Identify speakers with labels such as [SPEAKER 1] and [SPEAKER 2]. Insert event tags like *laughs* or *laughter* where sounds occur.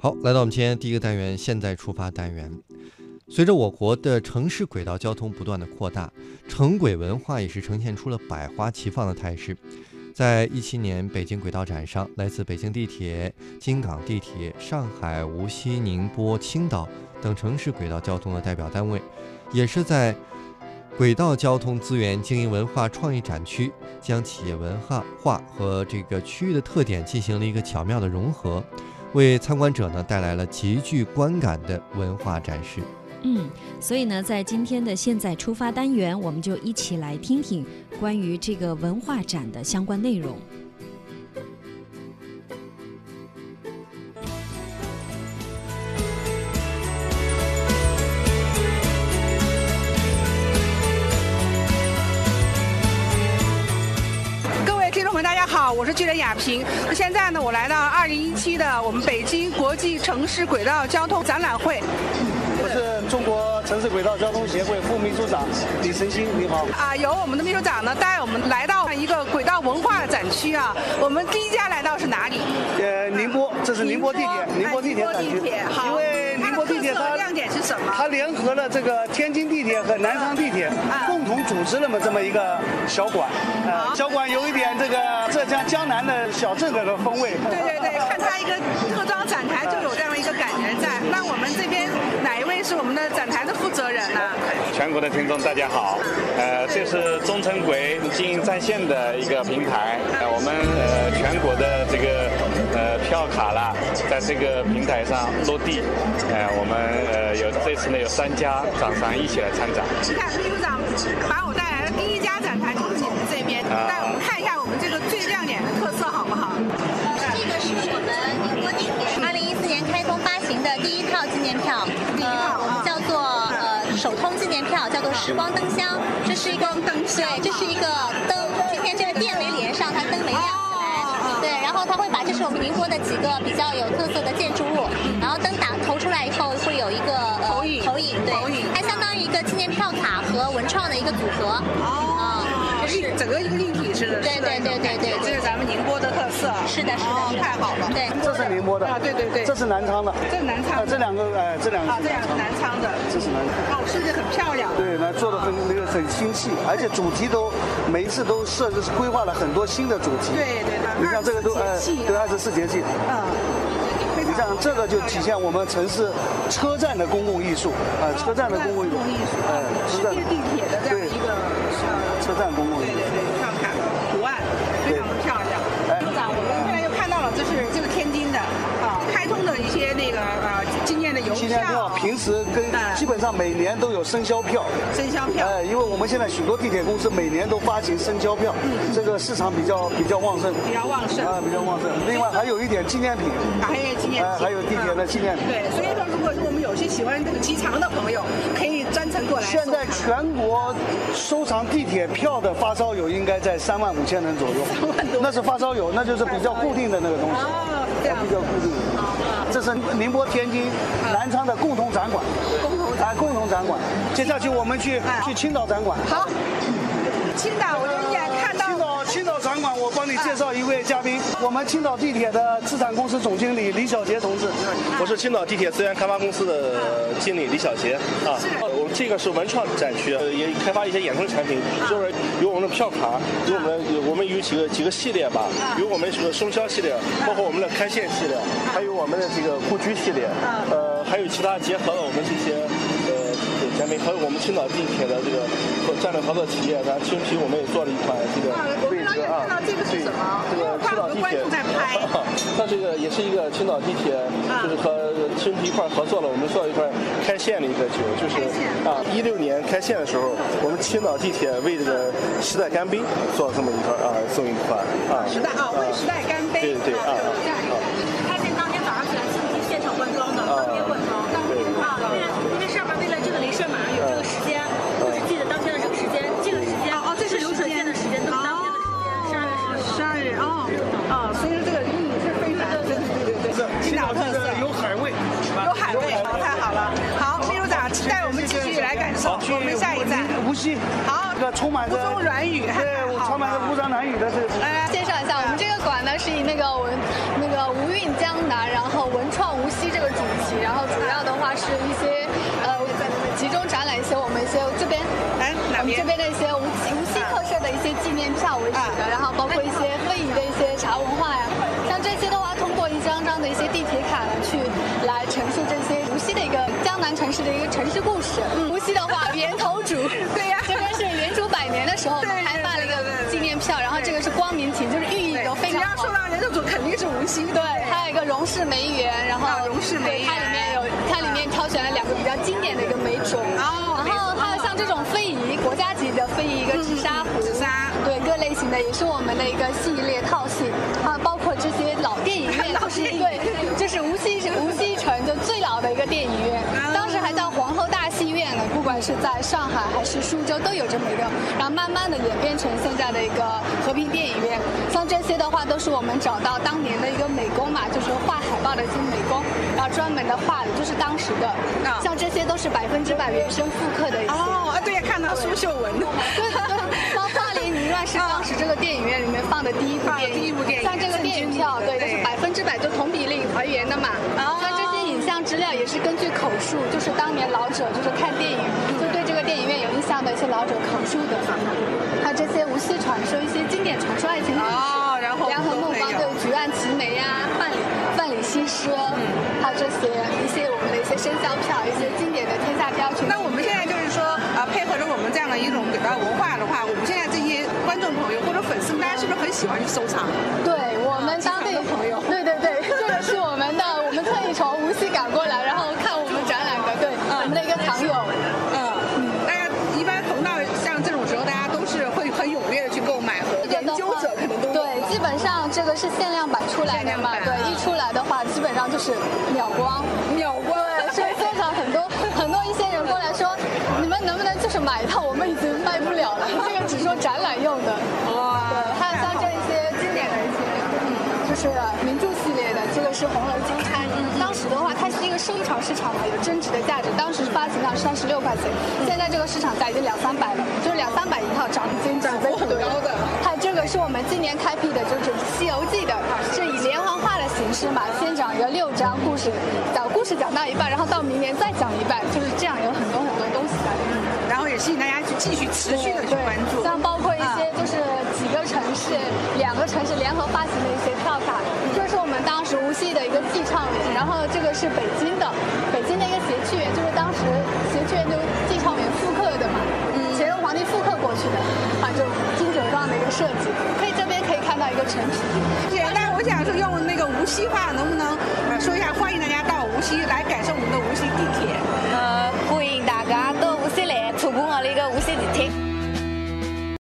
[SPEAKER 1] 好，来到我们今天第一个单元“现在出发”单元。随着我国的城市轨道交通不断的扩大，城轨文化也是呈现出了百花齐放的态势。在一七年北京轨道展上，来自北京地铁、京港地铁、上海、无锡、宁波、青岛等城市轨道交通的代表单位，也是在轨道交通资源经营文化创意展区，将企业文化化和这个区域的特点进行了一个巧妙的融合，为参观者呢带来了极具观感的文化展示。
[SPEAKER 2] 嗯，所以呢，在今天的现在出发单元，我们就一起来听听关于这个文化展的相关内容。
[SPEAKER 3] 各位听众朋友，大家好，我是记者雅萍。那现在呢，我来到二零一七的我们北京国际城市轨道交通展览会。
[SPEAKER 4] 我是中国城市轨道交通协会副秘书长李晨星，你好。
[SPEAKER 3] 啊，由我们的秘书长呢带我们来到一个轨道文化展区啊。我们第一家来到是哪里？
[SPEAKER 4] 呃，宁波，这是宁波地铁，宁波地铁
[SPEAKER 3] 哎
[SPEAKER 4] 展
[SPEAKER 3] 宁波
[SPEAKER 4] 区
[SPEAKER 3] 地铁。好，
[SPEAKER 4] 因为宁波地铁
[SPEAKER 3] 它的特色亮
[SPEAKER 4] 它
[SPEAKER 3] 点是什
[SPEAKER 4] 它
[SPEAKER 3] 么？
[SPEAKER 4] 联合了这个天津地铁和南昌地铁，共同组织了么这么一个小馆。
[SPEAKER 3] 嗯好
[SPEAKER 4] 呃，小馆有一点这个浙江江南的小镇的风味。
[SPEAKER 3] 对对对，看它一个特装展台就有这样的一个感觉在。那我们这边哪一位是我们的展台的负责人呢？
[SPEAKER 5] 全国的听众大家好，呃，这是中城轨经营在线的一个平台，呃，我们呃全国的这个呃票卡啦，在这个平台上落地，呃，我们呃有这次呢有三家厂商一起来参展，
[SPEAKER 3] 你看秘书长把我带来了第一家展台，就是你们这边，
[SPEAKER 5] 啊
[SPEAKER 3] 带我们看一下我们这个最亮眼的特色好不好？
[SPEAKER 6] 这个是我们宁波地铁二零一四年开通发行的第一套纪念票，
[SPEAKER 3] 第一套
[SPEAKER 6] 我
[SPEAKER 3] 啊
[SPEAKER 6] 们叫做呃首通纪念票，叫做时光灯箱，这是一个
[SPEAKER 3] 灯箱
[SPEAKER 6] 对，这是一个灯，今天这个电没连上，它灯没亮起
[SPEAKER 3] 哦
[SPEAKER 6] 来，对，然后它会把这是我们宁波的几个比较有特色的建筑物，然后灯打投出来以后会有一个呃
[SPEAKER 3] 投影
[SPEAKER 6] 投影对，
[SPEAKER 3] 投影
[SPEAKER 6] 它相当于一个纪念票卡和文创的一个组合，
[SPEAKER 3] 哦
[SPEAKER 6] 啊，这
[SPEAKER 3] 立
[SPEAKER 6] 是
[SPEAKER 3] 整个一个立体式的，
[SPEAKER 6] 对
[SPEAKER 3] 是的
[SPEAKER 6] 对
[SPEAKER 3] 那种
[SPEAKER 6] 对对
[SPEAKER 3] 感觉
[SPEAKER 6] 对对
[SPEAKER 3] 这是咱们宁波的特色。
[SPEAKER 6] 是的是的
[SPEAKER 3] 哦
[SPEAKER 6] 是的
[SPEAKER 3] 太好了。
[SPEAKER 6] 对。
[SPEAKER 4] 这是宁波的
[SPEAKER 3] 啊，对对对
[SPEAKER 4] 这是南昌的，
[SPEAKER 3] 这是南昌的
[SPEAKER 4] 呃这两个，呃，这两个
[SPEAKER 3] 啊，
[SPEAKER 4] 是
[SPEAKER 3] 这样
[SPEAKER 4] 南
[SPEAKER 3] 是
[SPEAKER 4] 昌的
[SPEAKER 3] 南，昌的，
[SPEAKER 4] 这是南昌。
[SPEAKER 3] 哦，设计得很漂亮。
[SPEAKER 4] 对，那做的很那个很精细，而且主题都每一次都设置规划了很多新的主题。
[SPEAKER 3] 对对对
[SPEAKER 4] 你像这个都
[SPEAKER 3] 二
[SPEAKER 4] 呃
[SPEAKER 3] 十四节气，啊
[SPEAKER 4] 对，二十四节气。
[SPEAKER 3] 嗯，非
[SPEAKER 4] 你
[SPEAKER 3] 常
[SPEAKER 4] 像这个就体现我们城市车站的公共艺术，呃，车站的公共艺术，
[SPEAKER 3] 艺术，
[SPEAKER 4] 呃，
[SPEAKER 3] 世
[SPEAKER 4] 车
[SPEAKER 3] 界
[SPEAKER 4] 站
[SPEAKER 3] 哦地铁的这样
[SPEAKER 4] 对
[SPEAKER 3] 一个呃
[SPEAKER 4] 车站公共
[SPEAKER 3] 对
[SPEAKER 4] 艺
[SPEAKER 3] 对
[SPEAKER 4] 术。
[SPEAKER 3] 对，票卡的图案非常的漂亮。
[SPEAKER 4] 哎
[SPEAKER 3] 部长，我们刚才又看到了，这是这个天津的啊，开通的一些那个呃纪念的邮
[SPEAKER 4] 纪念票平时跟
[SPEAKER 3] 哎
[SPEAKER 4] 基本上每年都有生肖票，
[SPEAKER 3] 生肖票。
[SPEAKER 4] 哎，因为我们现在许多地铁公司每年都发行生肖票，这个市场比较比较旺盛，
[SPEAKER 3] 比较旺盛啊
[SPEAKER 4] 啊，比较旺盛。另外还有一点纪念品，
[SPEAKER 3] 还有纪念品
[SPEAKER 4] 哎，还有地铁的纪念品
[SPEAKER 3] 嗯对，所以说，如果说我们有些喜欢这个机场的朋友，可以专程过来收
[SPEAKER 4] 现
[SPEAKER 3] 藏。
[SPEAKER 4] 在全国收藏地铁票的发烧友应该在三万五千人左右，那是发烧友，那就是比较固定的那个东西，
[SPEAKER 3] 哦，这样
[SPEAKER 4] 比较固定的。这是宁波、天津、南昌的共同展馆，
[SPEAKER 3] 公投
[SPEAKER 4] 啊，共同展馆。接下去我们去
[SPEAKER 3] 哎
[SPEAKER 4] 去青岛展馆。
[SPEAKER 3] 好，青岛，我就一眼看到
[SPEAKER 4] 青岛青岛展馆，我帮你介绍一位嘉宾，我们青岛地铁的资产公司总经理李小杰同志。
[SPEAKER 7] 我是青岛地铁资源开发公司的经理李小杰啊
[SPEAKER 3] 是，
[SPEAKER 7] 我们这个是文创展区，呃也开发一些衍生产品，
[SPEAKER 3] 啊
[SPEAKER 7] 就是有我们的票卡，有我们的我们有几个几个系列吧，
[SPEAKER 3] 啊
[SPEAKER 7] 有我们这个生肖系列，包括我们的开线系列，还有我们的这个故居系列，
[SPEAKER 3] 啊
[SPEAKER 7] 呃，还有其他结合了我们这些呃这个产品，还有我们青岛地铁的这个合战略合作企业，然后青皮我们也做了一款这个
[SPEAKER 3] 啊我
[SPEAKER 7] 对
[SPEAKER 3] 们老远看到这个是什么
[SPEAKER 7] 这个青岛
[SPEAKER 3] 我怕我
[SPEAKER 7] 地
[SPEAKER 3] 们观
[SPEAKER 7] 铁
[SPEAKER 3] 众在拍，
[SPEAKER 7] 它啊这个也是一个青岛地铁，
[SPEAKER 3] 啊
[SPEAKER 7] 就是和青皮一块儿合作了，我们做了一块开线的一个酒，就是
[SPEAKER 3] 开线
[SPEAKER 7] 啊，一六年开线的时候，我们青岛地铁为这个时代干杯做了这么一块啊送一款啊
[SPEAKER 3] 时代啊，为时代干杯，
[SPEAKER 7] 对对
[SPEAKER 3] 啊
[SPEAKER 7] 啊
[SPEAKER 3] 有这样一个感觉。
[SPEAKER 8] 开店当天早上起来，亲戚现场灌装的，当天灌装，当天啊，对，因为上面为了这个雷射码有这个时间，就是记得当天的这个时间，这个时间
[SPEAKER 3] 哦哦这
[SPEAKER 8] 是
[SPEAKER 3] 是
[SPEAKER 8] 流水线的时间，都是当天的时
[SPEAKER 9] 哦
[SPEAKER 8] 间，
[SPEAKER 3] 十
[SPEAKER 8] 十
[SPEAKER 3] 二
[SPEAKER 8] 二
[SPEAKER 3] 月
[SPEAKER 8] 月十
[SPEAKER 3] 哦，啊，所以说这个意义是非常，对对对对，青岛特色，
[SPEAKER 4] 有海味，
[SPEAKER 3] 有海味，好，太好了。好，秘书长，期待我们继续来感受
[SPEAKER 4] 去
[SPEAKER 3] 我们下一站。
[SPEAKER 4] 无锡，
[SPEAKER 3] 好
[SPEAKER 4] 这个充满着
[SPEAKER 3] 吴中软语
[SPEAKER 4] 对，
[SPEAKER 3] 好
[SPEAKER 4] 充满着乌山南语的这个。
[SPEAKER 3] 来来，
[SPEAKER 9] 介绍一下，我们这个馆呢是以那个文那个无韵江南，然后文创无锡这个题，然后主要的话是一些呃集中展览一些我们一些这边
[SPEAKER 3] 哎，哪
[SPEAKER 9] 我们
[SPEAKER 3] 边？
[SPEAKER 9] 这边的一些无无锡特色的一些纪念票为主的，然后包括一些非遗的一些茶文化呀，像这些的话，通过一张张的一些地铁卡呢，去来陈述这些无锡的一个江南城市的一个城市故事。无锡的
[SPEAKER 3] *laughs*
[SPEAKER 9] 话，源头主，
[SPEAKER 3] 嗯对呀
[SPEAKER 9] 这边是源主百年的时候，我
[SPEAKER 3] 对
[SPEAKER 9] 们
[SPEAKER 3] 对
[SPEAKER 9] 开发了一
[SPEAKER 3] 对对
[SPEAKER 9] 个
[SPEAKER 3] 对
[SPEAKER 9] 纪念票，然后这个是光明亭，就是寓意
[SPEAKER 3] 对
[SPEAKER 9] 都非
[SPEAKER 3] 只
[SPEAKER 9] 常
[SPEAKER 3] 要
[SPEAKER 9] 好
[SPEAKER 3] 说。到人头组，肯定是无锡。
[SPEAKER 9] 对，还有一个荣氏梅园，然
[SPEAKER 3] 啊
[SPEAKER 9] 后
[SPEAKER 3] 荣氏梅
[SPEAKER 9] 对它里面
[SPEAKER 3] 园
[SPEAKER 9] 有它里面挑选了两个比较经典的一个梅种，
[SPEAKER 3] 哦
[SPEAKER 9] 然后还有像这种非遗国家级的非遗，一个紫砂壶，
[SPEAKER 3] 紫砂
[SPEAKER 9] 对各类型的也是我们的一个系列套系，还有包括这些老电影
[SPEAKER 3] *laughs*
[SPEAKER 9] 院，
[SPEAKER 3] 老
[SPEAKER 9] 就是
[SPEAKER 3] 电影
[SPEAKER 9] 对，就是无锡是无锡城就最老的一个电影院，
[SPEAKER 3] 嗯
[SPEAKER 9] 当时还叫皇后大戏院呢，不管是在上海还是苏州都有这么一个，然后慢慢的演变成现在的一个和平电影院。像这些的话，都是我们找到当年的一个美工嘛，就是画海报的一些美工，然后专门的画的，就是当时的
[SPEAKER 3] 啊。
[SPEAKER 9] 像这些都是百分之百原生复刻的一些。
[SPEAKER 3] 哦，啊，对，看到苏秀文了。
[SPEAKER 9] 对
[SPEAKER 3] *laughs*
[SPEAKER 9] 对，包括《花莲迷乱》是当时这个电影院里面放的第一部
[SPEAKER 3] 放的
[SPEAKER 9] 电影，
[SPEAKER 3] 第一部电影
[SPEAKER 9] 像这个电影票，
[SPEAKER 3] 圣经
[SPEAKER 9] 对，
[SPEAKER 3] 对
[SPEAKER 9] 就是百分之百就同比例还原的嘛。
[SPEAKER 3] 哦
[SPEAKER 9] 像这些影像资料也是根据口述，就是当年老者就是看电影，就对这个电影院有印象的一些老者口述的，还有这些无锡传说、一些经典传说、爱情故事。
[SPEAKER 3] 哦，然后
[SPEAKER 9] 然后
[SPEAKER 3] 都
[SPEAKER 9] 孟
[SPEAKER 3] 没
[SPEAKER 9] 芳
[SPEAKER 3] 有
[SPEAKER 9] 对《举案齐眉》呀，《万里万里西施》，
[SPEAKER 3] 嗯
[SPEAKER 9] 还有这些一些我们的一些生肖票，一些经典的天下标群。
[SPEAKER 3] 那我们现在就是说，呃，配合着我们这样的一种轨道文化的话，我们现在这些观众朋友或者粉丝，大家是不是很喜欢去收藏？
[SPEAKER 9] 对我们当地
[SPEAKER 3] 机场的朋友
[SPEAKER 9] 对对对， *laughs* 这个是我们的，我们特意从无锡赶过来，然后看我们展览的，对，我们的一个藏友。
[SPEAKER 3] 嗯，大家一般逢到像这种时候，大家都是会很踊跃的去购买和
[SPEAKER 9] 这个
[SPEAKER 3] 研
[SPEAKER 9] 的话
[SPEAKER 3] 究者可能都啊
[SPEAKER 9] 对，基本上这个是限量版出来的嘛，
[SPEAKER 3] 限量版
[SPEAKER 9] 对，一出来的话，基本上就是秒光，秒光。对，所以现场很多很多一些人过来说，你们能不能就是买一套？我们已经卖不了了，这个只说展览用的。
[SPEAKER 3] 哇
[SPEAKER 9] 对，还有像这一些经典的一些，嗯，就是名著系列的，这个是《红楼金钗》。当时的话，它是一个收藏市场嘛，有增值的价值。当时发行量三十六块钱，现在这个市场价已经两三百了，就是两三百一套，涨已经涨
[SPEAKER 3] 幅很高的
[SPEAKER 9] 还有这个是我们今年开辟的，就是《西游记》的，是以连环画的形式嘛，先讲一个六章故事，讲故事讲到一半，然后到明年再讲一半，就是这样，有很多很多东西在里面。
[SPEAKER 3] 然后也吸引大家去继续持续的去关注。啊嗯
[SPEAKER 9] 像包括一些就是几个城市、两个城市联合发行的一些票卡，这是我们当时无锡的一个寄唱员，然后这个是北京的，北京的一个谐趣园，就是当时谐趣园就是寄唱员复刻的嘛，
[SPEAKER 3] 嗯
[SPEAKER 9] 乾隆皇帝复刻过去的，啊，就金九状的一个设计，可以这边可以看到一个陈皮，
[SPEAKER 3] 姐，那我想说用那个无锡话，能不能呃说一下？欢迎大家到无锡来感受我们的无锡地铁。
[SPEAKER 10] 呃，欢迎大